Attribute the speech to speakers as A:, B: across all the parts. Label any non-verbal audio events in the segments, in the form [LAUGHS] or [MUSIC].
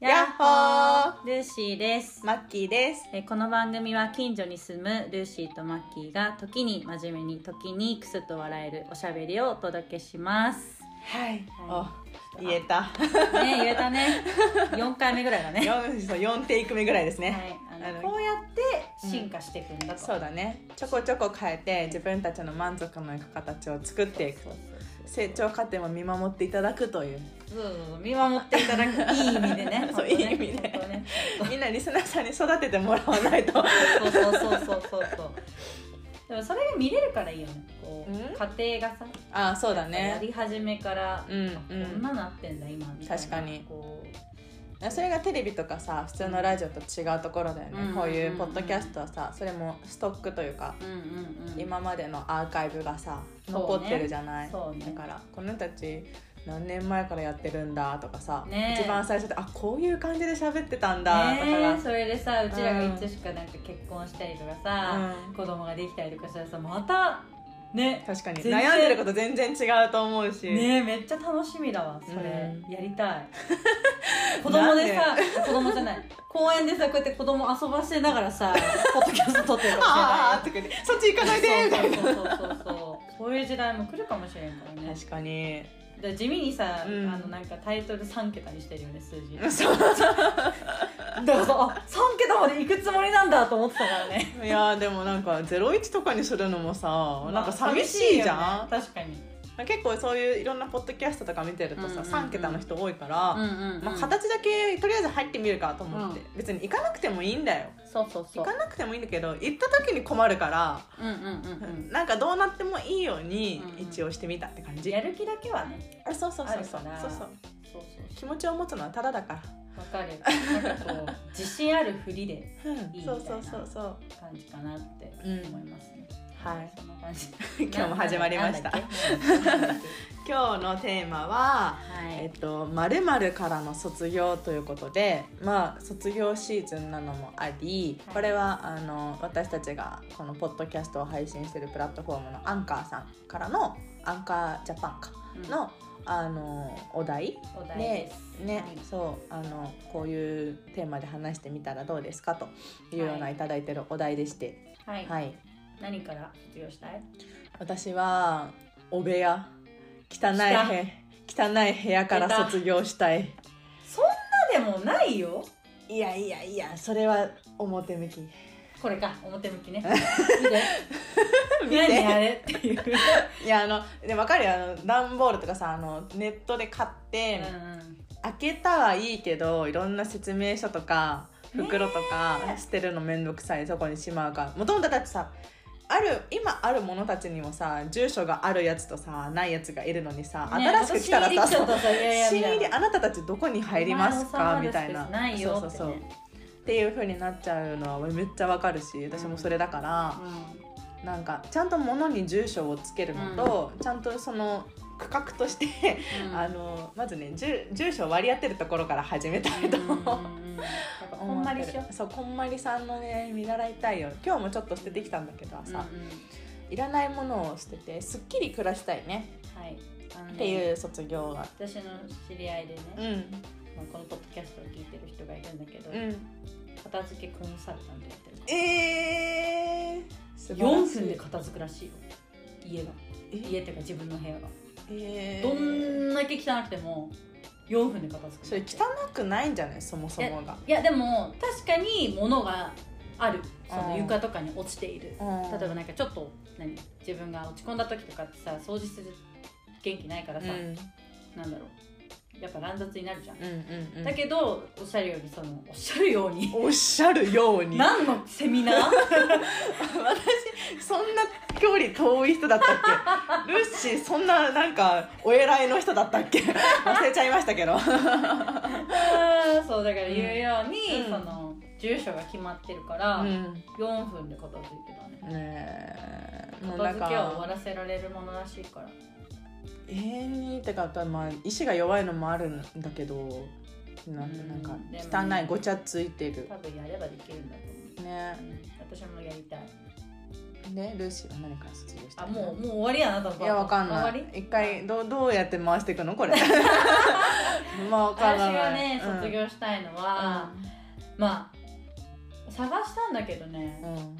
A: やっほー
B: ルーシーです
A: マッキーです。
B: えーこの番組は近所に住むルーシーとマッキーが時に真面目に時にクスッと笑えるおしゃべりをお届けします
A: はい。
B: はい
A: お、言えた。
B: ね言えたね [LAUGHS] 4回目ぐらいだね、
A: 四、そう、四テイク目ぐらいです
B: は
A: ね。
B: い、あの
A: あの
B: こうやって進化していくんだと、
A: そうだね。ちょこちょこ変えて、自分たちの満足のいく形を作っていく
B: そう。そう
A: 成長過程も見守っていただく
B: [LAUGHS]
A: という。
B: そうそうそう見守っていただくいい意味で [LAUGHS] ね
A: そ
B: 本当
A: う
B: ね
A: いい意味で
B: 本当ね
A: みんなリスナーさんに育ててもらわない
B: [LAUGHS]
A: と。
B: そうそうそうそうそうそうでもそれが見れるからいいよねこう、
A: うん
B: 家庭がさ
A: あー、そうだ
B: や
A: ね。
B: り始めから、
A: うん
B: あ
A: うん
B: こんななってんだ今みたいな
A: 確かに
B: こう
A: それがテレビとかさ、普通のラジオと違うところだよね。
B: うん
A: こういうポッドキャストはさ、それもストックというか。
B: うんうんうん
A: 今までのアーカイブがさ
B: そうね
A: 残ってるじゃない、
B: そうね
A: だからこの人たち何年前からやってるんだとかさ、
B: ねえ
A: 一番最初であこういう感じで喋ってたんだとかが、
B: ねえそれでさうちらがいつしかなんか結婚したりとかさ、
A: うん
B: 子供ができたりとかしたらさまたね
A: 確かに
B: 全然
A: 悩んでること全然違うと思うし、
B: ねえめっちゃ楽しみだわそれ、
A: うん
B: やりた
A: [LAUGHS]
B: い子供でさ子供じゃない公園でさこうやって子供遊ばせながら
A: [LAUGHS]
B: さポッドキャスト撮ってるかもしれない
A: あーあーとか言ってそっち行かないでみたいな
B: そうそうそうそうそうそういう時代も来るかもしれんからね
A: 確かに
B: で地味にさ、
A: うん
B: あのなんかタイトル3桁にしてるよね数
A: [LAUGHS]
B: 字
A: そう
B: だからさあ3桁まで行くつもりなんだと思ってたから
A: [LAUGHS]
B: ね
A: いやーでもなんか『ゼロイチ』とかにするのもさ、なんか寂しいじゃん、
B: まあ寂しいよね確かに
A: 結構そういういろんなポッドキャストとか見てるとさ、
B: うんうんうん
A: 3桁の人多いから、
B: うんうん
A: まあ、形だけとりあえず入ってみるかと思って、別に行かなくてもいいんだよ
B: そうそうそ
A: 行
B: う
A: かなくてもいいんだけど行った時に困るから、
B: うんうんうん
A: なんかどうなってもいいように
B: うんうん
A: 一応してみたって感
B: うん
A: じ、
B: やる気だけはね
A: あそうそうそうそ
B: あ
A: う
B: るかな
A: そうそう
B: そうそう
A: 気持ちを持つのはただだから、
B: そうわかるなんかこう自信あるふりで
A: うん
B: いいみたいう
A: そ
B: な
A: そうそうそう
B: 感じかなって思いますね、
A: はい
B: そんな感じ
A: [LAUGHS] 今日も始まりました
B: ななんだっけ
A: 今日のテーマ [LAUGHS] は
B: は
A: えっ
B: い
A: と、〇〇からの卒業ということで、まあ、卒業シーズンなのもあり、
B: はい
A: これはあの私たちがこのポッドキャストを配信しているプラットフォームのアンカーさんからのアンカージャパンか
B: うん
A: の,、あのお題
B: お題です
A: ね、
B: はい
A: そうあのこういうテーマで話してみたらどうですかというような
B: はい
A: いただいてるお題でして、
B: はい、
A: はい
B: 何から卒業したい
A: 私はお部屋汚い部汚い部屋から卒業したい。
B: そんなでもないよ
A: いやいやいやそれは表 [LAUGHS] 向き
B: これか表向き
A: [LAUGHS]
B: ね見て何あれっていう、
A: いやあのでわかるよあの段ボールとかさあのネットで買って、開けたはいいけどいろんな説明書とか袋とか捨てるのめんどくさいそこにしまうからもともとだってさある今あるものたちにもさ住所があるやつとさないやつがいるのにさ、
B: ね
A: 新しく来たら
B: 新入り来ちゃ
A: さ [LAUGHS]
B: ったらさいやいや
A: 新
B: みた
A: 入
B: い
A: り
B: な
A: あなたたちどこに入りますかみたいな
B: お前の収まるスペースないよってね
A: そうそうそうっていう風になっちゃうのはめっちゃわかるし私もそれだから、なんかちゃんと物に住所をつけるのと、ちゃんとその区画として、
B: うんうん
A: あのまずね住住所を割り当てるところから始めたいと [LAUGHS] 思
B: う
A: う。
B: んうんうんやっぱこんまりしよう
A: そうこんまりさんのね見習いたいよ今日もちょっと捨ててきたんだけど
B: うんうん
A: さ、いらないものを捨ててすっきり暮らしたいね
B: はいあのね
A: っていう卒業が
B: 私の知り合いでね、
A: うん
B: まあ、このポッドキャストを聞いてる人がいるんだけど、
A: うん
B: 片付けコンサルタントやってる
A: えー、素晴ら
B: 4
A: しい
B: 分で片付くらしいよ家が家っていうか自分の部屋が
A: えー
B: どんだけ汚くても4分で片付く
A: それ汚くないんじゃないそもそもが
B: いやでも確かに物があるそ
A: あ
B: の
A: ー
B: 床とかに落ちている
A: 例
B: 例えばなんかちょっと何自分が落ち込んだ時とかってさ掃除する元気ないからさ、
A: うん
B: なんだろうやっぱ乱雑になるじゃん、
A: うんうんうん
B: だけどおっしゃるようにそのおっしゃるように
A: おっしゃるように
B: 何のセミ
A: [LAUGHS]
B: ナー
A: 私そんな距離遠い人だったっけルッシーそんななんかお偉いの人だったっけ忘れちゃいましたけど
B: あーそうだから言うように、
A: うん
B: その住所が決まってるから、
A: うん
B: 4分で片付いてたね
A: ねえもうな
B: 片
A: ん
B: 付けは終わ
A: から
B: せられるものらしいから
A: 永遠にってかまあ意志が弱いのもあるんだけどなんてなんか
B: うんでも
A: 汚いごちゃついてる
B: 多分やればできるんだと思う
A: ね
B: うん私もやりたい
A: でルーシーは何から卒業した
B: あ
A: の
B: もうもう終わりやなと思
A: いやわかん
B: 終わ
A: な
B: り
A: い一回どうどうやって回していくのこれまあわか
B: 私
A: んない
B: がね
A: うん
B: 卒業したいのは、まあ探したんだけどね、
A: うんうん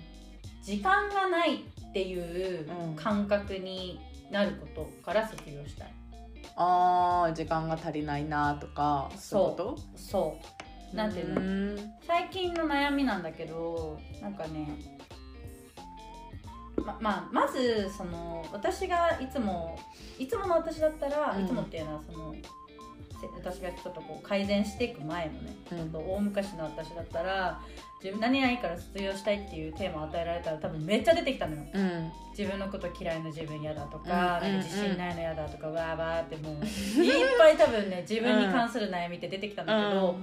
B: 時間がないっていう
A: うん
B: 感覚になることから卒業したい、
A: あー時間が足りないなとか
B: そう
A: そういう
B: そ
A: こ
B: う
A: と
B: なんていうの
A: ーん
B: 最近の悩みなんだけどなんかねままあ、まずその私がいつもいつもの私だったら、
A: うん
B: いつもっていうのはそのせ私がちょっとこう改善していく前のね
A: うん
B: 大昔の私だったら自分何々から卒業したいっていうテーマを与えられたら多分めっちゃ出てきたのよ
A: うん
B: 自分のこと嫌いな自分嫌だとか,、
A: うん
B: なんか自信ないの嫌だとかわーわーっても
A: [LAUGHS]
B: ういっぱい多分ね自分に関する悩みって出てきたんだけど、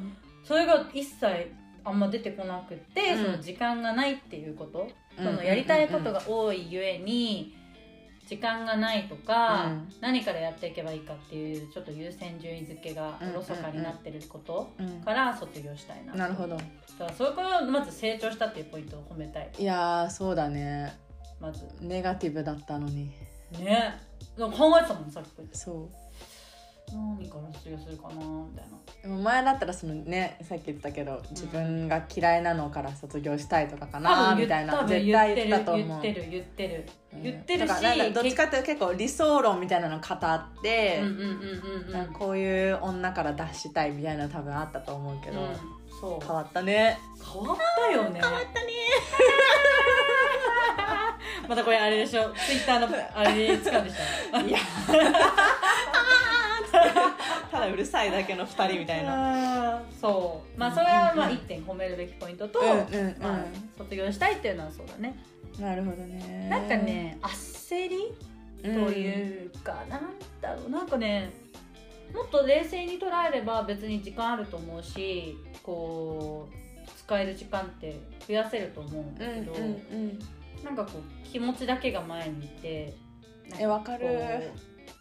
B: それが一切あんま出てこなくって、
A: うん
B: その時間がないっていうこと、
A: うん
B: そのやりたいことが多いゆえに時間がないとか、
A: うん
B: 何からやっていけばいいかっていうちょっと優先順位付けがおろそかになってること
A: うんうん
B: から卒業したいな、
A: なるほど
B: だからそこをまず成長したっていうポイントを褒めたい
A: いやーそうだね
B: まず
A: ネガティブだったのに
B: ねなんか考えてたもんさっき
A: そう
B: 何から卒業するかなみたいな
A: でも前だったらそのねさっき言ったけど自分が嫌いなのから卒業したいとかかな
B: 多分
A: みたい
B: 言
A: な
B: 多分
A: 絶
B: 言っ
A: 対
B: て
A: 言っ
B: る
A: たと思
B: 言
A: う
B: ってる言ってる
A: うん
B: 言ってるし
A: だからなんかどっちかっていうと結構理想論みたいなの語って、
B: うんうんうんうん
A: なんかこういう女から脱したいみたいなの多分あったと思うけど、
B: うんそう
A: 変わったね
B: 変わったよね変わったねまたこれあれでしょツイッター
A: [LAUGHS]
B: のあれ使うでしょ
A: いやただうるさいだけの2人みたいな
B: なそうまあそれはまあ
A: うんうん
B: 1点褒めるべきポイントと、
A: うんうんうん
B: まあ、卒業したいっていうのはそうだね、
A: なるほどね
B: なんかね焦りと
A: と
B: いうか、なんだろうなんかねもっと冷静に捉えれば別に時間あると思うしこう使える時間って増やせると思うんだ
A: うんう
B: け
A: ん
B: ど、
A: うん
B: なんかこう気持ちだけが前にいてなん
A: えわかる
B: こ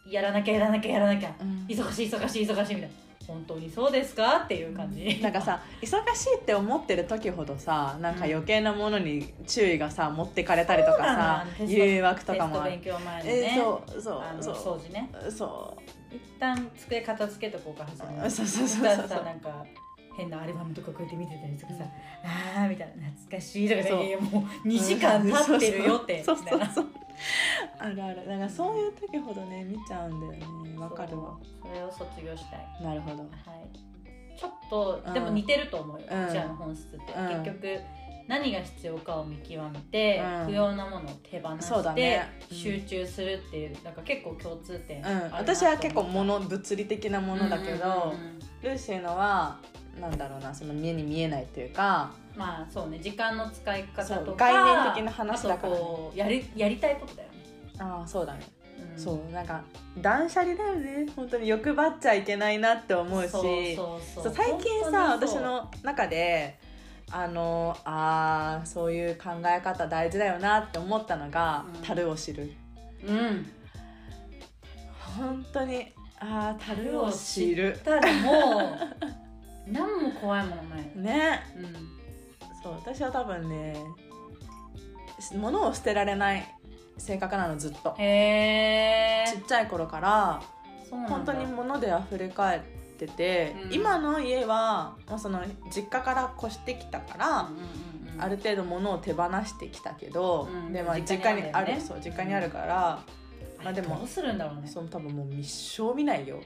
B: うやらなきゃやらなきゃやらなきゃ
A: うん
B: 忙しい忙しい忙しいみたいな本当にそうですかっていう感じ
A: なんかさ忙しいって思ってる時ほどさなんか余計なものに注意がさ持ってかれたりとかさ
B: そうなのテスト
A: 誘惑と
B: テ
A: か
B: ス
A: も
B: ト
A: ある
B: 勉、強前のね、
A: えそうそ
B: あの
A: うそう
B: 掃除ね
A: そ
B: 一旦机片付けとこうか初め
A: うそうそうそう
B: だ
A: そ
B: っ
A: う
B: たらなんか変なアルバムとかこうやって見てたりとかさ「あー」みたいな「懐かしい」とか
A: そう
B: いやいやもう2時間経ってるよって
A: そう
B: み
A: そう
B: たいな
A: そうあるあるだからそういう時ほどね見ちゃうんだよねわかるわ
B: そうそれを卒業したいは
A: なるほど
B: いちょっと、
A: うん
B: でも似てると思うよ
A: うん
B: うちらの本質って、
A: うん
B: 結局何が必要かを見極めて、
A: うん
B: 不要なものを手放
A: そう
B: し
A: だ
B: て、
A: ねうん
B: 集中するっていうなんか結構共通点
A: う
B: あるなと思
A: ん
B: う、
A: 私は結構物物理的なものだけ
B: うん
A: ど、
B: うんうんうん
A: ルーシーのはなんだろうなその目に見えないというか
B: まあそうね時間の使い方
A: そ
B: と
A: う
B: か
A: 概念的な話だから
B: あとこうやりやりたいことだよね、
A: ああそうだね、
B: うん
A: そうなんか断捨離だよね本当に欲張っちゃいけないなって思うし
B: そうそうそう
A: そう最近さ
B: 本当に
A: 私
B: そう
A: の中であのあーそういう考え方大事だよなって思ったのが
B: うん
A: 「樽を知る」
B: うん
A: 本当にああ樽を知る
B: ただ
A: [LAUGHS]
B: もう何も怖いものない、
A: ね
B: うん、
A: そう私は多分ねし物を捨てられない性格なのずっと
B: へえ
A: ちっちゃい頃から
B: そうなんだ
A: 本当に物で溢れかえってて、
B: うん
A: 今の家は、まあ、その実家から越してきたから、
B: うんうんうんうん
A: ある程度物を手放してきたけど、
B: うん
A: でまあ
B: 実
A: 実
B: 家
A: 家
B: に
A: に
B: あ
A: あ
B: るよね
A: るそう実家にあるから、まあでも
B: どうするんだろうね
A: その多分もう一生見ないよ、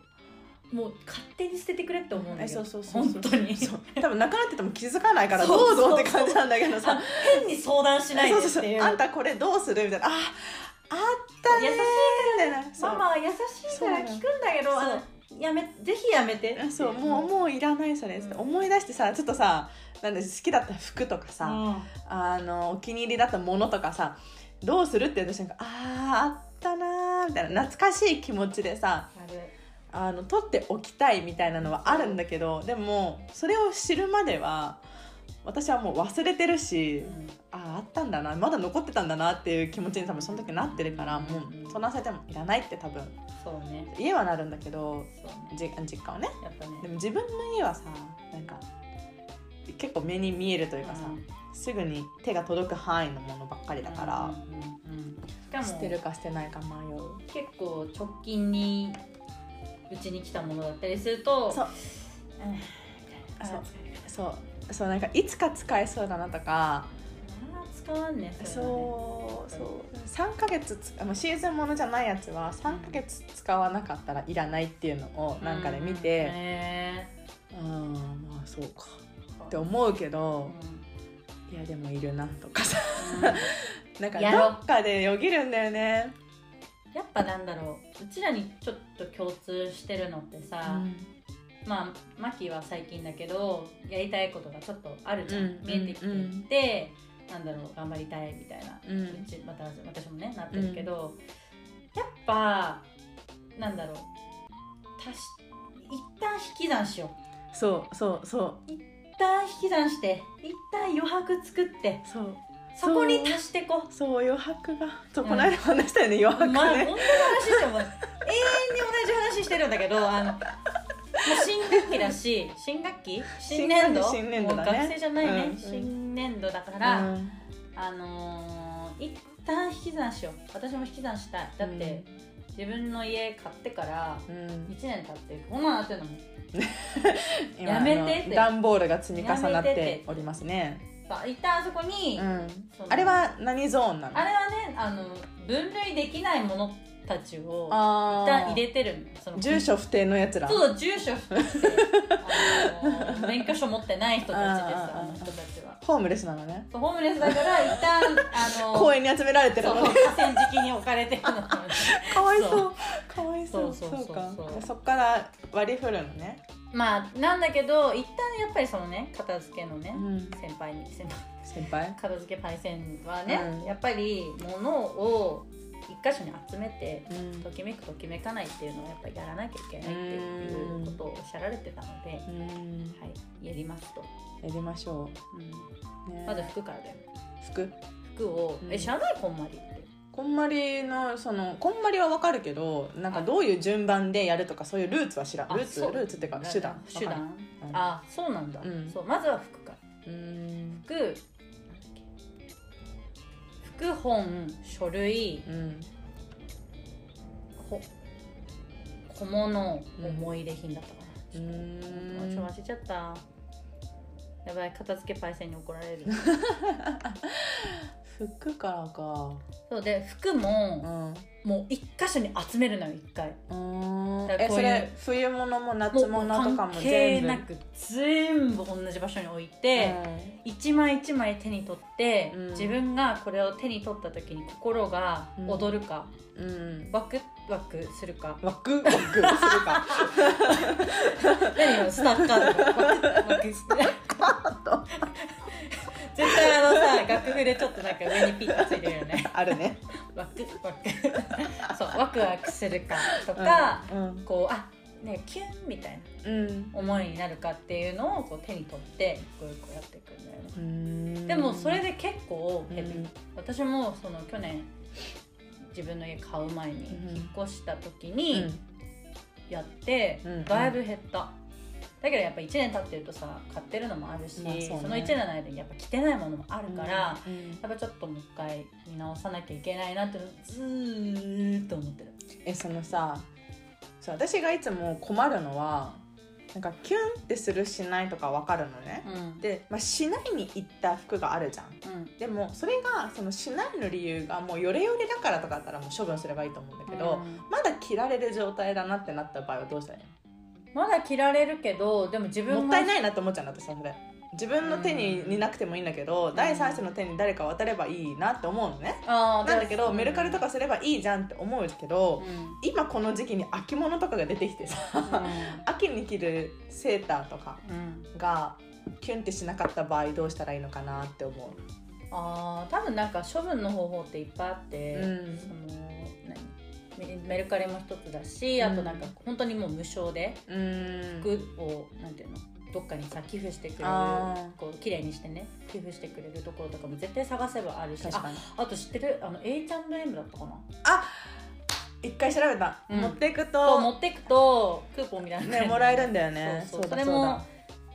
B: もう勝手に捨ててくれって思うんだ
A: え
B: けど
A: そうそうそ
B: 本
A: う
B: 当に
A: そう多分なくなってても気づかないから
B: そう
A: どうぞ
B: そう
A: って感じなんだけどさ
B: 変に相談しないで
A: そ
B: っ
A: う
B: ていう
A: そうそうあんたこれどうするみたいなああったね
B: 優しい
A: みたいなそう
B: ママは優しいから聞くんだけど
A: そう
B: あのやめぜひやめて
A: あそうもうもういらないそれ、
B: うん
A: 思い出してさちょっとさなんで好きだった服とかさ、
B: うん
A: あのお気に入りだったものとかさどうするって私なんかあーあったなーみたいな懐かしい気持ちでさ
B: ある
A: あの取っておきたいみたいなのはあるんだけどでもそれを知るまでは私はもう忘れてるしあーあったんだなまだ残ってたんだなっていう気持ちに多分その時なってるからもうそんなされてもいらないって多分
B: そうね
A: 家はなるんだけど
B: そうね
A: じ実家はね
B: やっぱ
A: で
B: ね
A: も自分の家はさなんか結構目に見えるというかさ、
B: うん
A: すぐに手が届く範囲のものばっかりだから、
B: うんうんうんしかも
A: してるかしてないか迷う
B: 結構直近にうちに来たものだったりすると
A: そう
B: うんみたいな
A: そう
B: あ使える
A: そうそうなんかいつか使えそうだなとか
B: あー使わんねれはね
A: そうそう3ヶ月つあのシーズンものじゃないやつは3ヶ月使わなかったらいらないっていうのをなんかで見
B: うん
A: て
B: へ
A: うんまあそうか
B: ー
A: って思うけ
B: う
A: ど
B: ん、
A: いやでもいるなとかさなんか
B: やろ
A: どっかでよぎるんだよね、
B: やっぱなんだろううちらにちょっと共通してるのってさ、まあマキは最近だけどやりたいことがちょっとあるじゃん、
A: うん
B: 見えてきていて、なんだろう頑張りたいみたいな、
A: うん
B: うちまた私もねなってるけど、やっぱなんだろう足し一旦引き算しよう
A: そうそうそ
B: 一旦引き算して一旦余白作って
A: うそう
B: そこに足してこ
A: そう余白がそう
B: うん
A: この間話したよね、
B: う、
A: 余
B: まあ
A: 白
B: 本当の
A: ね
B: 話しても永遠に同じ話してるんだけどあのもう新学期だし新学期新年度
A: 新年度だね
B: もう学生じゃないね、
A: うん
B: 新年度だか
A: う
B: ら、
A: ん
B: あのー一旦引き算しよう私も引き算したいだって、自分の家買ってから
A: うん
B: 1年経ってこんなのなってるのも
A: 今
B: やめてって
A: あの段ボールが積み重な
B: や
A: っ
B: めてって
A: ておりますね、
B: さ一旦あそこに、
A: うん、
B: その
A: あれは何ゾーンなの
B: あれはねあの分類できないものたちを
A: あ
B: 一
A: ー
B: 旦入れてるのその
A: 住所不定のやつら
B: そう住所不定あのー免許証持ってない人たちです
A: あー
B: あの人たちは
A: ホームレスなのね
B: そうホームレスだから一旦あの
A: 公園に集められてる
B: そう
A: の
B: 河
A: ね
B: 川敷に置かれてるの
A: かわいそ
B: そう
A: かわいそう
B: そ
A: そうう
B: そうそうそう
A: かそっから割り振るのね、
B: まあなんだけど一旦やっぱりそのね片付けのね、
A: うん、
B: 先輩に先輩
A: 先輩
B: 片付けパイセンはね、
A: うん
B: やっぱり物を一箇所に集めて
A: うん
B: ときめくときめかないっていうのをやっぱりやらなきゃいけないっていうことをおっしゃられてたので、は
A: うん
B: い、やりますと、
A: やりましょう、ね、
B: まず服からだよ
A: 服
B: 服を、
A: うん
B: え知らないこんまりって
A: こんまりのそのこんまりはわかるけどなんかどういう順番でやるとかそういうルーツは知らん
B: あ
A: ルーツ
B: そう
A: ルーツっていうか手段
B: 手
A: わか
B: 段
A: るうん
B: あそうなんだ、
A: うん
B: そうまずは服から
A: うーん
B: 服なんだっけ服本書類
A: うん
B: こ小物
A: うん
B: 思い出品だったかな、
A: うーん
B: ちょっと忘れちゃったやばい片付けパイセンに怒られ
A: [LAUGHS]
B: る
A: 服からか
B: そうで服
A: う
B: も
A: ん
B: もう一箇所に集めるのよ一回
A: うーん
B: だから
A: え
B: こうい
A: そ
B: う
A: れ冬物も夏
B: もう
A: 物とかも
B: 関係
A: 全部
B: なく全部同じ場所に置いて、一枚一枚手に取って、
A: うん
B: 自分がこれを手に取った時に心が踊るか、
A: うん、うん、
B: ワクワクするか
A: ワクワクす
B: [LAUGHS]
A: るか
B: 何よスタッカーとかワクワクして
A: ー [LAUGHS] ト
B: 絶対あのさ楽譜でちょっとなんか上にピッとついてるよね
A: あるね
B: ワクワクそうワクワクするかとか、
A: うん
B: こうあねキュンみたい
A: うん
B: な思いになるかっていうのをこう手に取って一個一個やっていくんだよね
A: うーん
B: でもそれで結構ヘビ、
A: うん
B: 私もその去年自分の家買う前に
A: うん
B: 引っ越した時
A: う
B: に
A: ん
B: やって、
A: うん
B: だいぶ減った、だけどやっぱ1年経ってるとさ買ってるのもあるし、
A: まあそうね
B: その1年の間にやっぱ着てないものもあるから、
A: うん
B: やっぱちょっともう一回見直さなきゃいけないなってずーっと思ってる。
A: えそのさそう私がいつも困るのはなんかキュンってするしないとかわかるのね、
B: うん
A: で、まあ、しないに行った服があるじゃん
B: うん
A: でもそれがそのしないの理由がもうヨレヨレだからとかだったらもう処分すればいいと思うんだけ
B: う
A: ど、
B: ん
A: まだ着られる状態だなってなった場合はどうしたらいい
B: まだ着られるけどでも自分
A: のもったい
B: い
A: ないなって思っちゃうなってそれ自分の手に,、
B: うん
A: になくてもいいんだけど、第三者の手に誰か渡ればいいなって思うのね
B: あー
A: なんだけど、メルカリとか
B: う
A: すればいいじゃんって思うけど、 [LAUGHS]
B: んうん
A: 今この時期に秋物とかが出てきてさ、秋に着るセーターとか
B: うん
A: がキュンってしなかった場合どうしたらいいのかなって思
B: あー多分なんか処分の方法っていっぱいあって、
A: うん
B: その何メメルカリも一つだしあとなんか本当にもう無償で
A: ううん
B: 服をなんていうのどっかにさ寄付してくれる
A: あー
B: こう綺麗にしてね寄付してくれるところとかも絶対探せばあるし
A: 確かに
B: ああと知ってるあの H&M だったかな
A: 一回調べた、
B: うん
A: 持っていく
B: そう
A: と
B: 持ってくとクーポンみたいなの
A: ねもらえるんだよね
B: そうそう
A: そうだ
B: それも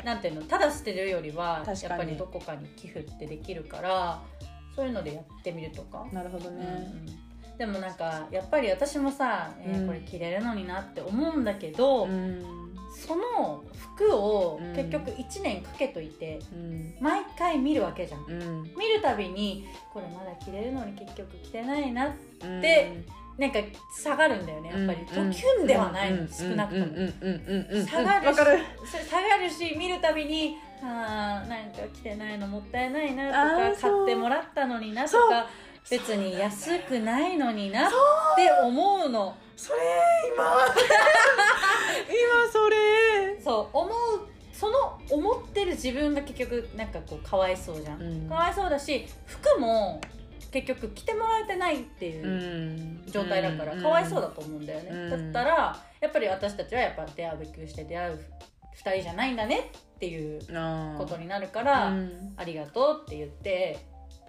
B: なんていうのただ捨てるよりは
A: 確かに
B: やっぱりどこかに寄付ってできるからそういうのでやってみるとか、
A: なるほどね、
B: うんでもなんかやっぱり私もさ、えー
A: うん
B: これ着れるのになって思うんだけど、
A: うん
B: その服を
A: うん
B: 結局1年かけといて
A: うん
B: 毎回見るわけじゃん。
A: うん
B: 見るたびにこれまだ着れるのに結局着てないな
A: うん
B: でなんか下がるんだよねやっぱり、ドキュンではないの、
A: うん
B: 少なくとも、
A: うんうんうんうんうん
B: 下がるし
A: わかる
B: それ下がるし見るたびにあーなんか着てないのもったいないな
A: あー
B: とか
A: そう
B: 買ってもらったのになと
A: そう
B: か別に安くないのになって思うの
A: それ今今それ
B: そう思うその思ってる自分が結局なんかこうかわいそうじゃん、
A: うん
B: かわいそうだし服も結局着てもらえてないっていう、状態だからかわいそうだと思うんだよね、
A: うん
B: だったらやっぱり私たちはやっぱ出会うべくして出会う2人じゃないんだねっていう
A: だ
B: ことになるか
A: が
B: ら、ありがとうって言って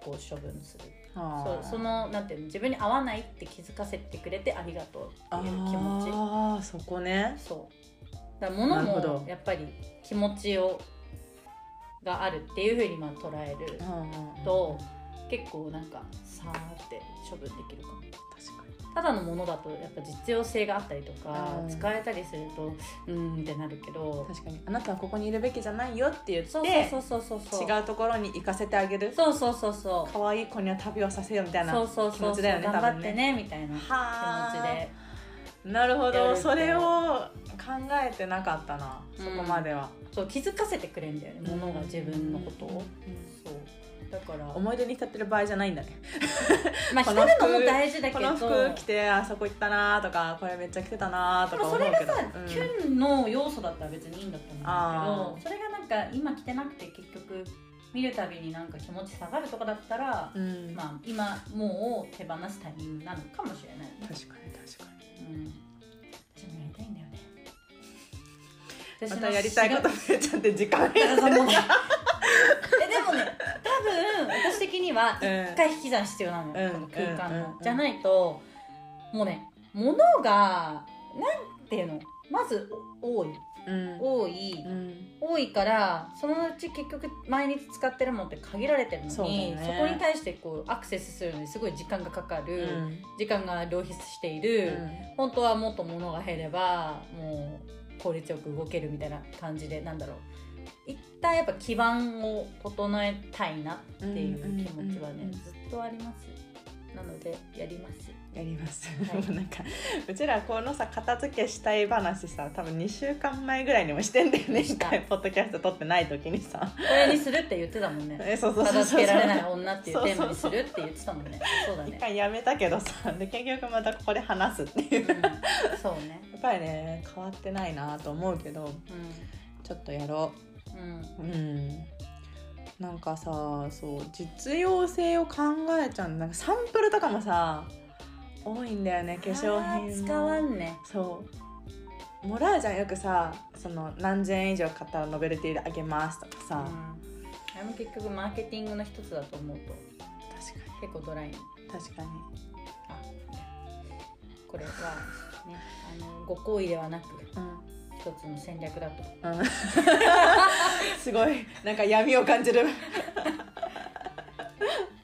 B: こう処分するそうそのなんていうの自分に合わないって気づかせてくれてありがとうっていう気持
A: ああそこね
B: ちそうだから物
A: なるほ
B: も
A: ど
B: やっぱり気持ちをがあるっていうふうにまあ捉えると結構なんかさーって処分できるかも。
A: 確か
B: ただのものだとやっぱ実用性があったりとか、
A: うん
B: 使えたりするとうーんってなるけど
A: に確かにあなたはここにいるべきじゃないよって言って
B: そうそうそうそうそう
A: 違うところに行かせてあげる
B: そうそうそうそう
A: 可愛い子には旅をさせようみたいな
B: そうそうそう
A: 気持ちだよね
B: 頑張って
A: 多分
B: ねみたいな気
A: は
B: 持ちで
A: でなるほ
B: やる
A: ど
B: と
A: それを考えてなかったな
B: う
A: そ
B: ん
A: こまでは
B: そう気づかせてくれるんだよねものが自分のことを、
A: うん
B: そうだから
A: 思い出に浸ってる場合じゃないんだね
B: まあ
A: こ
B: 浸
A: の
B: る
A: 服
B: のも大事だけ
A: こ
B: ど
A: の服着てあそこ行ったなとかこれめっちゃ着てたなと
B: で
A: か
B: も
A: 思
B: そうれ
A: け
B: が
A: ど
B: さ、キュンの要素だったら別にいいんだと思
A: あ
B: うんだ
A: ー
B: けどそれがなんか今着てなくて結局見るたびになんか気持ち下がるとかだったら
A: うんうん
B: まあ、今もう手放すタイミングなのかもしれない、ね
A: 確かに確かに
B: うん、私もやりたいんだよね私
A: ま
B: も
A: たやりたいこと増えちゃって時間
B: [LAUGHS] だからもうね [LAUGHS] えでもね多分私的には一回引き算必要なのよ、
A: うん
B: この空間の、
A: うんうん
B: じゃないともうね物がなんていうのまずお多い
A: うん
B: 多い、
A: うん
B: 多いからそのうち結局毎日使ってるものって限られてるのに
A: そ
B: そ,、
A: うだね
B: こに対してこうアクセスするのにすごい時間がかか
A: う
B: る、
A: ん
B: 時間が浪費している、本当はもっと物が減ればもう効率よく動けるみたいな感じでなんだろう一旦やっぱ基盤を整えたいなっていう気持ちはね、
A: うんうんうんうん
B: ずっとありますなのでやります
A: やります、
B: はい
A: なんかうちらこのさ片付けしたい話さ多分2週間前ぐらいにもしてんだよね
B: し
A: 一
B: た
A: 回ポッドキャスト撮ってない時にさ
B: これにするって言ってたもんね
A: え [LAUGHS] そうそうそ
B: 片
A: うそう
B: 付けられない女っていうテーマにするって言ってたもんねそうだ
A: 一
B: ね、
A: 回やめたけどさで結局またここで話すっていうや
B: うん、そうね
A: っぱりね変わってないなと思うけどちょっとやろ
B: う
A: う
B: んうん
A: うんなんかさそう実用性を考えちゃうんだなんかサンプルとかもさ多いんだよね化粧
B: あ
A: 品
B: ー
A: も
B: 使わんね
A: そうもらうじゃんよくさその何千円以上買ったらノベルティであげますとか
B: うん
A: さ、
B: あれも結局マーケティングの一つだと思うと
A: 確か
B: 結構ドライに
A: に確かに
B: あこれは、ね、あのご好意ではなく
A: う
B: 一つの戦略だと
A: ん、 [LAUGHS] うん、すごいなんか闇を感じる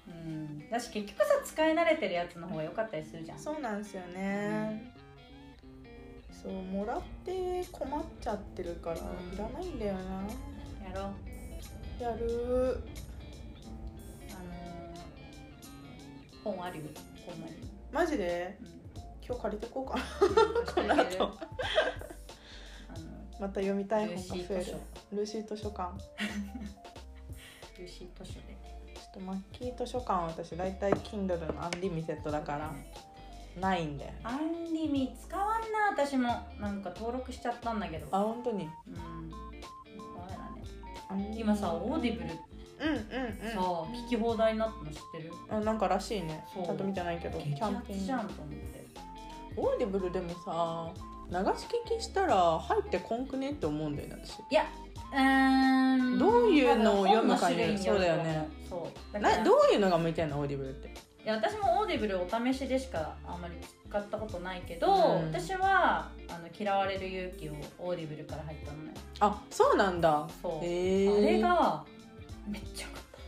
B: うんだし結局さ使い慣れてるやつの方が良かったりするじゃん
A: そうなんですよね、そうもらって困っちゃってるからい
B: うん
A: らないんだよな
B: やろう
A: やる
B: あのー本あるよこんなに、
A: マジで
B: う
A: 今日借りてこうかな
B: [LAUGHS] ん、
A: この
B: あ
A: 後
B: の
A: また読みたい
B: ルーシ
A: 本が増
B: ー
A: え
B: 図書
A: るルーシー図書館
B: ルーシー図書でね
A: ちょっとマッキー図書館は私大体 Kindle のアンリミテッドだからないんで
B: アンリミ使わんな私もなんか登録しちゃったんだけど
A: あ本当に
B: うんダメだね今さオーディブルって
A: うんうん
B: さ聞き放題になったの知ってる
A: うんあなんからしいね
B: そう
A: ちゃんと見てないけどキ
B: 激
A: ャ
B: ア
A: ン
B: ツ
A: ピン
B: じ
A: グ
B: ゃんと思って
A: オーディブルでもさ流し聞きしたら入ってこんくねって思うんだよね私
B: いやうーん
A: どういうのを読むかに
B: 多分本の種類によると思
A: そうだよね
B: そうだから
A: などういうのが向いてんのオーディブルって
B: いや私もオーディブルお試しでしかあんまり使ったことないけど、
A: うん
B: 私はあの「嫌われる勇気」をオーディブルから入ったのね
A: あそうなんだ
B: そう、
A: へえ
B: あれがめっちゃよかった
A: へ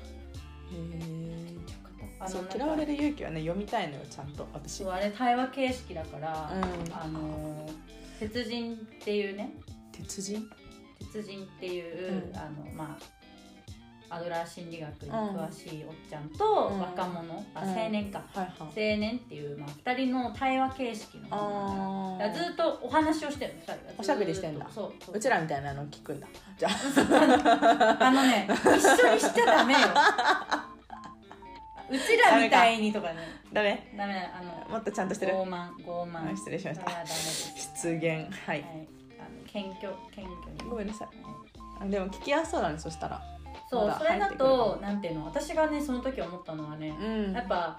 A: え
B: めっちゃよかった
A: そう
B: なんか
A: 嫌われる勇気はね読みたいのよちゃんと
B: そ
A: 私
B: うあれ対話形式だから、
A: うん
B: あの鉄人っていうね
A: 鉄人
B: 鉄人っていう、
A: うん
B: あのまあアドラー心理学に詳しいおっちゃんと、
A: うん
B: 若者あ
A: うん
B: 青年か、
A: はいはい
B: 青年っていう、まあ、2人の対話形式の
A: あ
B: だからず
A: ー
B: っとお話をしてるの2人がずっと
A: おしゃべりしてんだ
B: そうそう
A: うちらみたいなの聞くんだじゃあ
B: あのね一緒にしちゃダメ
A: [LAUGHS]
B: ようちらみたいにとかね
A: だね
B: ダメだあの
A: もっとちゃんとしてる
B: 傲慢傲慢
A: あ失礼しました
B: ダメだダメです
A: 出現は
B: はい
A: い、
B: あの謙虚謙虚に
A: ごめんなさい
B: はい
A: あでも聞きやすそうだねそしたら
B: そう、
A: まだ
B: それ
A: 入っ
B: だ
A: てくるかも
B: となんていうの私がねその時思ったのはね、
A: うん
B: やっぱ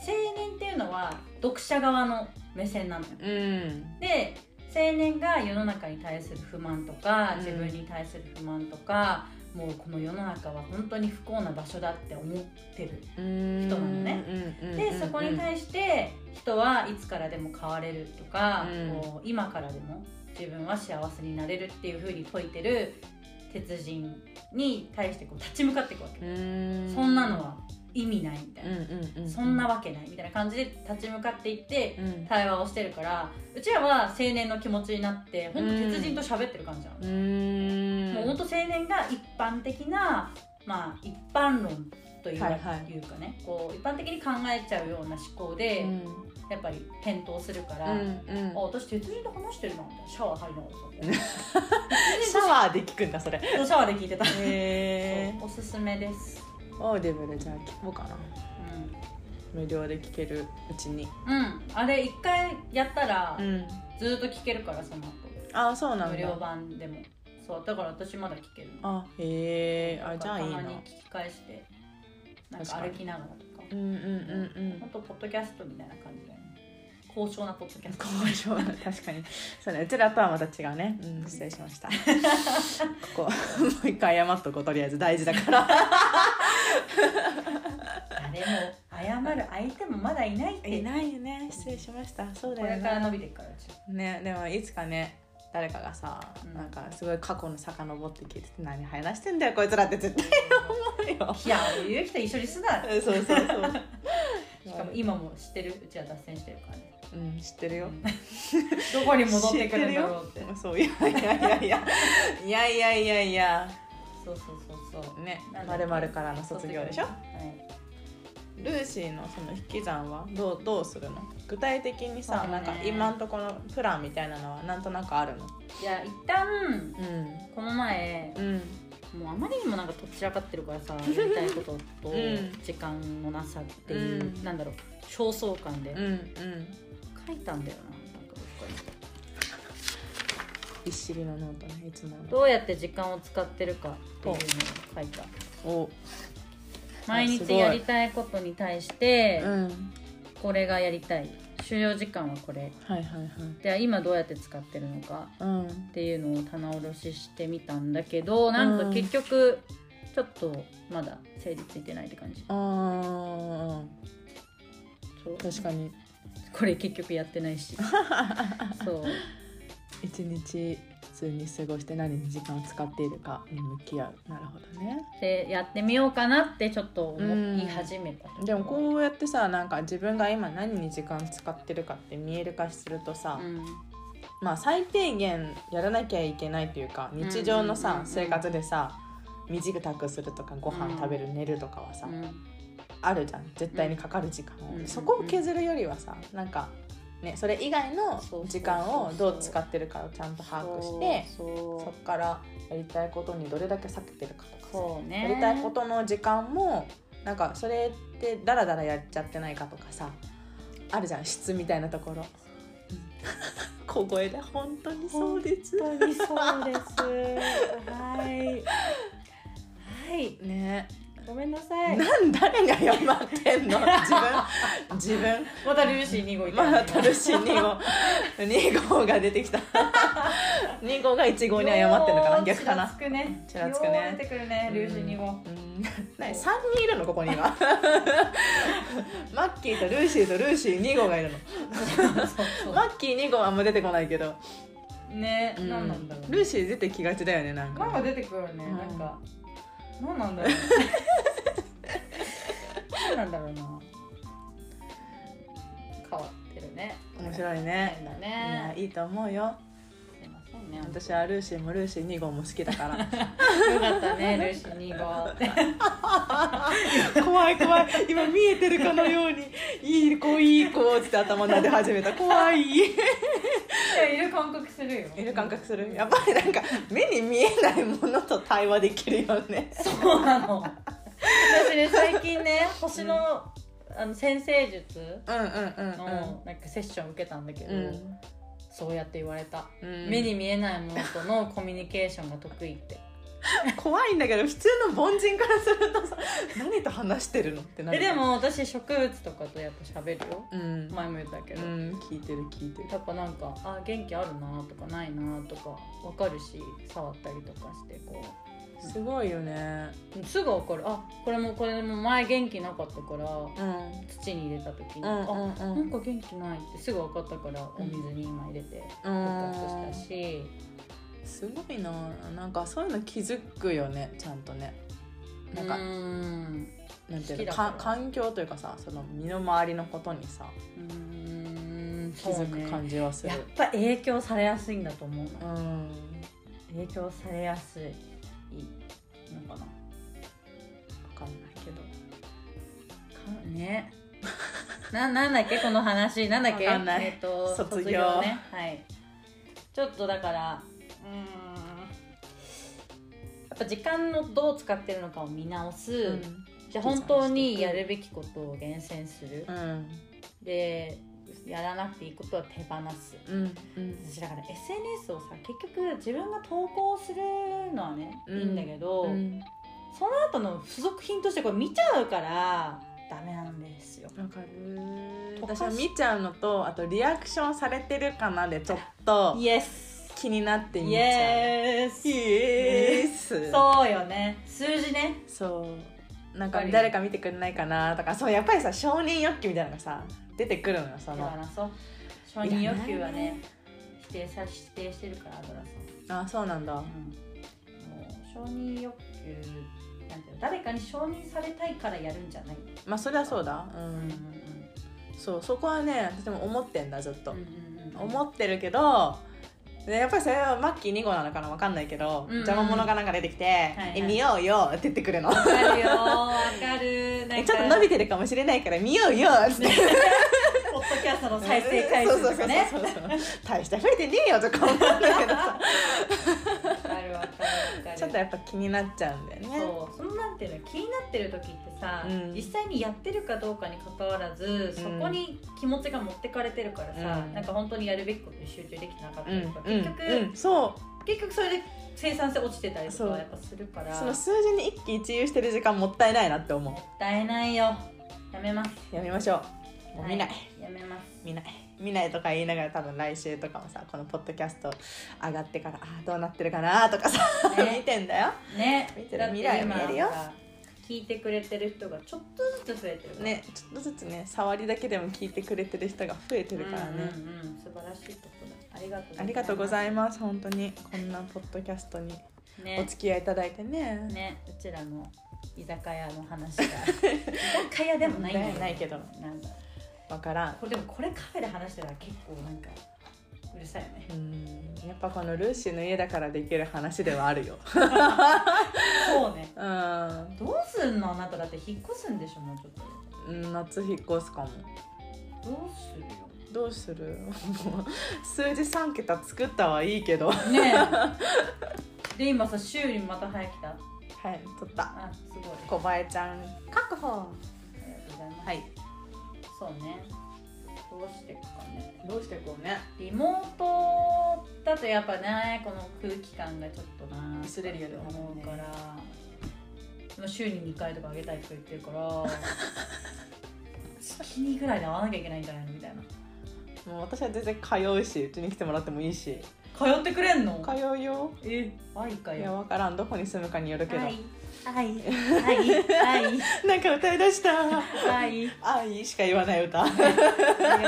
B: 青年っていうのは読者側の目線なのよ
A: うん
B: で青年が世の中に対する不満とか
A: うん
B: 自分に対する不満とか、もうこの世の中は本当に不幸な場所だって思ってる、
A: 人
B: なのねでそこに
A: し
B: 対して人はいつからでも変われるとか、
A: うん
B: こう今からでも自分は幸せになれるっていうふうに説いてる鉄人に対してこう立ち向かっていくわけ、
A: て
B: そんなのは意味ないみたい
A: うん
B: な、
A: うんうん
B: そんなわけないみたいな感じで立ち向かっていって
A: うん
B: 対話をしてるからうちらは青年の気持ちになって本当鉄人と喋ってる感じなの、
A: うーん
B: もう本当青年が一般的なまあ一般論というか,、
A: はいいはいう
B: かねこう一般的に考えちゃうような思考で、
A: うん
B: やっぱり返答するから、あ
A: うんうん
B: 私鉄人と話してるなみたいなシャワー入りながらそう
A: [LAUGHS] うんシャワーで聞くんだそれへ
B: [LAUGHS] シャワーで聞いてた、
A: [LAUGHS] え
B: そうおすすめです、
A: オーディブルじゃあ聞こうかな
B: うん
A: 無料で聞けるうちに
B: うん、あれ一回やったら、
A: うん
B: ずっと聴けるからその
A: あそうな
B: 後
A: ん
B: 無料
A: だ
B: 版でもそうだから私まだ聴ける
A: あへえあじゃあいいな
B: たまに聞き返してなんか歩きながらとか
A: うんうんうんう
B: ほん
A: ん
B: とポッドキャストみたいな感じだよね高尚なポッドキャスト
A: 高尚な確かにそうねうちらとはまた違うねうん失礼しましたここもう一回謝っとこうとりあえず大事だから
B: 誰も謝る相手もまだいないって
A: いないよね失礼しましたそう
B: こ
A: だ
B: れ
A: よね
B: から伸びていくからうち
A: ねでもいつかね誰かがさ、
B: うん
A: なんかすごい過去の遡って聞いてて何話してんだよこいつらって絶対思うよ
B: [LAUGHS] いやゆうきと一緒にすな [LAUGHS]
A: うんそうそうそう [LAUGHS]
B: しかも今も知ってるうちは脱線してるからね [LAUGHS]
A: うん知ってるよ
B: どこに戻ってくるんだろうって
A: 知てるよそういやいやいやいやいやいやいやいや
B: そうそうそうそう
A: ね
B: なんだ
A: ま
B: っけ
A: るまるからの卒業でしょ
B: はい
A: ルーシーのその引き算はどうどうするの具体的にさ、
B: そうだ
A: なん
B: ね
A: か今んとこのプランみたいなのはなんとなくあるの
B: いや一旦
A: うん
B: この前
A: うん
B: もうあまりにもなんかとっちらかってるから
A: [LAUGHS]
B: さやりたいことと
A: うん
B: 時間のなさっていう、
A: うん
B: なんだろう焦燥感で
A: うんうん
B: 書いたんだよななんかどっか
A: びっしりのノートねいつも
B: に
A: の
B: どうやって時間を使ってるかっていうのを書いた
A: お
B: 毎
A: す
B: 日
A: ごい
B: やりたいことに対して
A: うん
B: これがやりたい終了時間はこれ
A: はいはいはい
B: では今どうやって使ってるのか
A: うん
B: っていうのを棚卸ししてみたんだけどなん
A: う
B: か
A: ん
B: 結局ちょっとまだ整理ついてないって感じ
A: あ
B: そう
A: ー確かに
B: これ結局やってない
A: [LAUGHS]
B: しそう
A: 一日普通に過ごして何に時間を使っているかに向き合うなるほどね
B: でやってみようかなってちょっと思い始めたところ
A: でもこうやってさなんか自分が今何に時間使ってるかって見える化するとさ、
B: うん
A: まあ最低限やらなきゃいけないというか日常の
B: うんうん
A: さ
B: うん
A: 生活でさ短くするとかご飯食べる寝るとかはさ、
B: うん
A: あるじゃん絶対にかかる時間を、
B: うん
A: そこを削るよりはさなんか、ね、それ以外の時間をどう使ってるかをちゃんと把握して
B: そう
A: そこからやりたいことにどれだけ避けてるかとかさ
B: そうね
A: やりたいことの時間もなんかそれってダラダラやっちゃってないかとかさあるじゃん質みたいなところ [LAUGHS] 小声で本当にそうです
B: 本当にそうですはいはい
A: ね
B: ごめんなさい
A: なん誰に謝ってんの自分自分
B: また粒子2号いた
A: ま
B: んだ
A: だ
B: けど
A: たるし2号2号が出てきた2号が1号に謝ってんのか
B: よ
A: な
B: う
A: 逆かな
B: ちらつくね
A: ちらつくね
B: よう出てくるね粒子2号
A: うん何3人いるのここに [LAUGHS] はマッキーとルーシーとルーシー2号がいるの
B: そうそう
A: マッキー2号はあんま出てこないけど、
B: ね、
A: うん
B: なんなんだろう
A: ルーシー出てきがちだよねなんか
B: なんか出てくるよね、
A: うん
B: なんかなんなんだろうなんなんだろうな変わってるね
A: 面白い
B: 変
A: ね
B: だ
A: いや
B: ね
A: いいと思うよ
B: すいませんね
A: 私はルーシーもルーシー2号も好きだから
B: よかった [LAUGHS] ねルーシー2号
A: [LAUGHS] 怖い怖い今見えてるかのようにいい子いい子って頭撫で始めた怖い
B: いやいる感覚するよ
A: いる感覚するやっぱりなんか目に見えないものと対話できるよね
B: そうなの私ね最近ね星の,、あの先生術
A: うんうん
B: のなんかセッション受けたんだけど、
A: うん
B: そうやって言われた、
A: うん
B: 目に見えないものとのコミュニケーションが得意って
A: 怖いんだけど普通の凡人からするとさ何と話してるのってな
B: え
A: る
B: でも私植物とかとやっぱ喋るよ
A: うん、
B: 前も言ったけ
A: う
B: ど、
A: ん、聞いてる聞いてる
B: やっぱなんかあ元気あるなとかないなとか分かるし触ったりとかしてこ
A: すごいよね
B: うすぐ分かるあこれもこれも前元気なかったから
A: うん
B: 土に入れた時に、
A: うんう
B: あ
A: んう
B: なん
A: ん
B: か元気ないってすぐ分かったからお水に今入れて
A: う
B: 復
A: ん
B: 活したし、
A: すごいななんかそういうの気づくよねちゃんとね
B: な
A: なんん
B: か
A: か、なんていう
B: 好きだ
A: の
B: から
A: か環境というかさその身の回りのことにさ
B: うーん
A: 気づく
B: そうね
A: 感じはする
B: やっぱ影響されやすいんだと思うの
A: うん
B: 影響されやすいのかな
A: 分かんないけど
B: かねななんだっけこの話なんだっけ
A: わかんない
B: えっと
A: 卒業
B: ねはいちょっとだからうーんやっぱ時間のどう使ってるのかを見直す、じゃあ本当にやるべきことを厳選する、
A: うん
B: でやらなくていいことは手放す
A: うんうん
B: 私だから SNS をさ結局自分が投稿するのはね、
A: うん
B: いいんだけど、
A: うん
B: その後の付属品としてこれ見ちゃうからダメなんですよ
A: わかる
B: 溶かし
A: 私は見ちゃうのとあとリアクションされてるかなでちょっと
B: イエス
A: 気になって
B: イ
A: 見ちゃう
B: エス
A: イエス
B: そうよね数字ね
A: そうなんか誰か見てくれないかなとかそうやっぱりさ承認欲求みたいなのがさ出てくるのよそ
B: 手
A: の
B: 放そう承認欲求はね否定さ否定してるからアドラさ
A: あそうなんだ
B: ん、もう承認欲求なんていうの誰かに承認されたいからやるんじゃない、
A: まあそれはそうだう、
B: うんん
A: そうそこはね私も思ってんだずっと、
B: うんうん、
A: 思ってるけどでやっぱりそれはマッキー2号なのかなわかんないけど、
B: うんうん
A: 邪魔者がなんか出てきて「
B: はい
A: え見ようよ」って言ってくるの
B: わかるよわかる
A: [LAUGHS]
B: なん
A: え
B: か
A: ちょっと伸びてるかもしれないから見ようよっつって
B: [LAUGHS] ポッドキャストの再生回数とかね
A: [LAUGHS] そうそうそうそう大して増えてねえよとか思うんだけどさ
B: わかるわかるわかる
A: ちょっとやっぱ気になっちゃうんだよね
B: そうそのなんていうの気になってる時ってさ、
A: うん
B: 実際にやってるかどうかにかかわらずそこに気持ちが持ってかれてるからさ、
A: うん
B: なんか本当にやるべきことに集中できてなかった
A: うん
B: りとか、結局、
A: うんうん、そ
B: 結局それで生産性落ちてたりとか
A: そう
B: はやっぱするか
A: う
B: ら
A: その数字に一喜一憂してる時間もったいないなって思
B: もったいないよやめます
A: うやめましょうもう見ない、
B: はいやめます
A: 見ない見ないとか言いながら多分来週とかもさこのポッドキャスト上がってからあーどうなってるかなとかさ、
B: ね
A: [LAUGHS] 見てんだよ
B: ね
A: 見てる
B: だって
A: 未来
B: 今
A: 見えるよ
B: さ聞いてくれてる人がちょっとずつ増えてるから
A: ねちょっとずつね触りだけでも聞いてくれてる人が増えてるからね、
B: うんうんうん、素晴らしいことだありがとう
A: ありがとうござ
B: い
A: います本当にこんなポッドキャストに
B: ます
A: お
B: ね
A: 付き合いいただいてね
B: ねうちらの居酒屋の話
A: [LAUGHS]
B: が居酒屋でもないんだよね
A: ないけど
B: なんだ
A: わからん
B: これでもこれカフェで話してたら結構なんかうるさいよね
A: うんやっぱこのルーシーの家だからできる話ではあ
B: [LAUGHS]
A: るよ
B: そうね
A: うん
B: どうすんのあなただって引っ越すんでしょもうちょっと
A: 夏引っ越すかも
B: どうするよ
A: どうする [LAUGHS] もう数字3桁作ったはいいけどは
B: ねえ [LAUGHS] で今さ修理また早来た
A: い取った
B: あすごい
A: 小林ちゃん確保
B: ありがとうございます、
A: はい
B: そうねどうしていくかね
A: どうしてこうね
B: リモートだとやっぱねこの空気感がちょっとな
A: 薄れるよね
B: 思うから、今週に2回とかあげたいとか言ってるから
A: [LAUGHS]
B: 月にぐらいで会わなきゃいけないんじゃないのみたいな
A: もう私は全然通うしうちに来てもらってもいいし
B: 通ってくれんの
A: 通うよ
B: え愛か
A: いや
B: よ
A: 分からんどこに住むかによるけど、
B: 愛愛愛
A: なんか歌いだした
B: 愛
A: 愛しか言わない [LAUGHS] 歌
B: ありがとうございます。はい、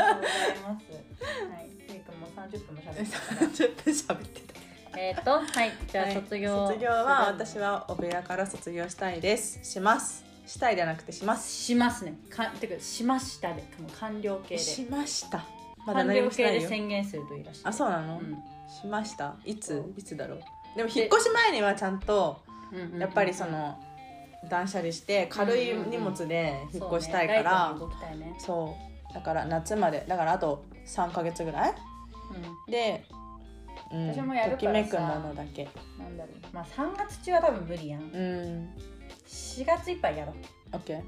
B: ゆうくんも三十分も喋ってた
A: [LAUGHS]
B: か
A: 30分喋ってた
B: ら。えっと、はい、じゃあ卒業。
A: 卒業は私。はオペラから卒業したいですしますしたいじゃなくてします
B: しますね。か、てか、しましたで、もう完了形
A: し
B: で。
A: ましたまだ
B: 完
A: 何
B: 了
A: もしてな
B: 形
A: い
B: で
A: よ
B: 宣言するといいらしい。
A: あそうなの、
B: うん。
A: しましたいつ
B: そう
A: いつだろうでも引っ越し前にはちゃんと
B: うんうん
A: やっぱりそ。の断捨離して軽い荷物で引っ越したいか
B: そ
A: ら
B: うねライトに動きたいね。
A: そうだから夏までだからあと3か月ぐらいで、うん、
B: 私もやるからさ
A: ときめくものだけ
B: うん。なんだろう。まあ、三月中は多分無理やん
A: う。ん
B: 四月いっぱいやろう。
A: オッケー
B: うん。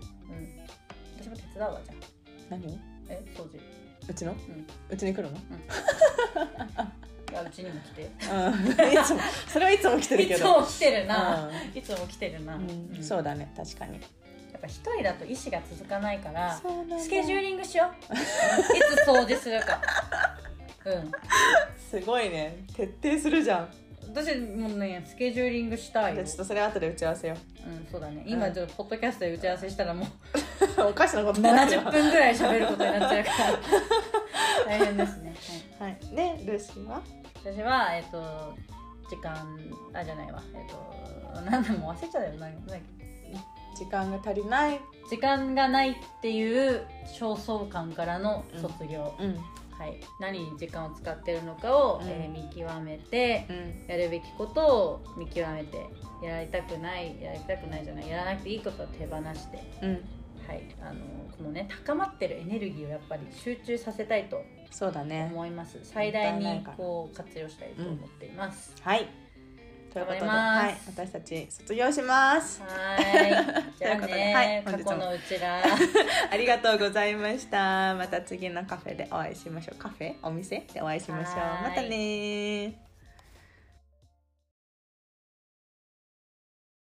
B: 私も手伝うわじゃあ。
A: 何
B: え、掃除。
A: うちの、
B: ん
A: うちに来るの
B: いやうちにも来て。
A: うんいつもそれはいつも来てる
B: い
A: け
B: つ
A: ど
B: も来てるな。いつも来てるな。
A: うん
B: ん
A: そうだね確かに
B: やっぱ一人だと意思が続かないからス
A: ス
B: ケジューリングしよういつ掃除するかうん
A: すごいね徹底するじゃん
B: 私もうねスケジューリングしたい
A: じ
B: よ
A: ゃあちょっとそれ後で打ち合わせよ
B: うんそうだね今ちょっとポッドキャストで打ち合わせしたらも
A: [LAUGHS]
B: う
A: おかしなことになるよ
B: 70分ぐらい喋ることになっちゃ
A: [LAUGHS]
B: うから大変ですね、
A: はいでルーシーは
B: はい、私はえっ、と時間あじゃないわえっ、と何でも忘れちゃうよ何だっけ
A: 時間が足りない
B: 時間がないっていう焦燥感からの卒業、
A: うん
B: はい、何に時間を使ってるのかを、
A: うん
B: えー見極めて
A: うん
B: やるべきことを見極めてやりたくないやりたくないじゃないやらなくていいことを手放して、
A: うん
B: はい、あのこのね高まってるエネルギーをやっぱり集中させたいと
A: そうだね
B: 思います最大
A: もったいない
B: に
A: から
B: こう活用したいと思っています、
A: はいということ
B: 頑張り
A: で、
B: ます
A: はい、私たち卒業します
B: はーいじゃあ
A: ということではい [LAUGHS]
B: ね、
A: 本日も
B: 過去のうちら
A: ありがとうございましたまた次のカフェでお会いしましょうカフェお店でお会いしましょう
B: はい
A: またねー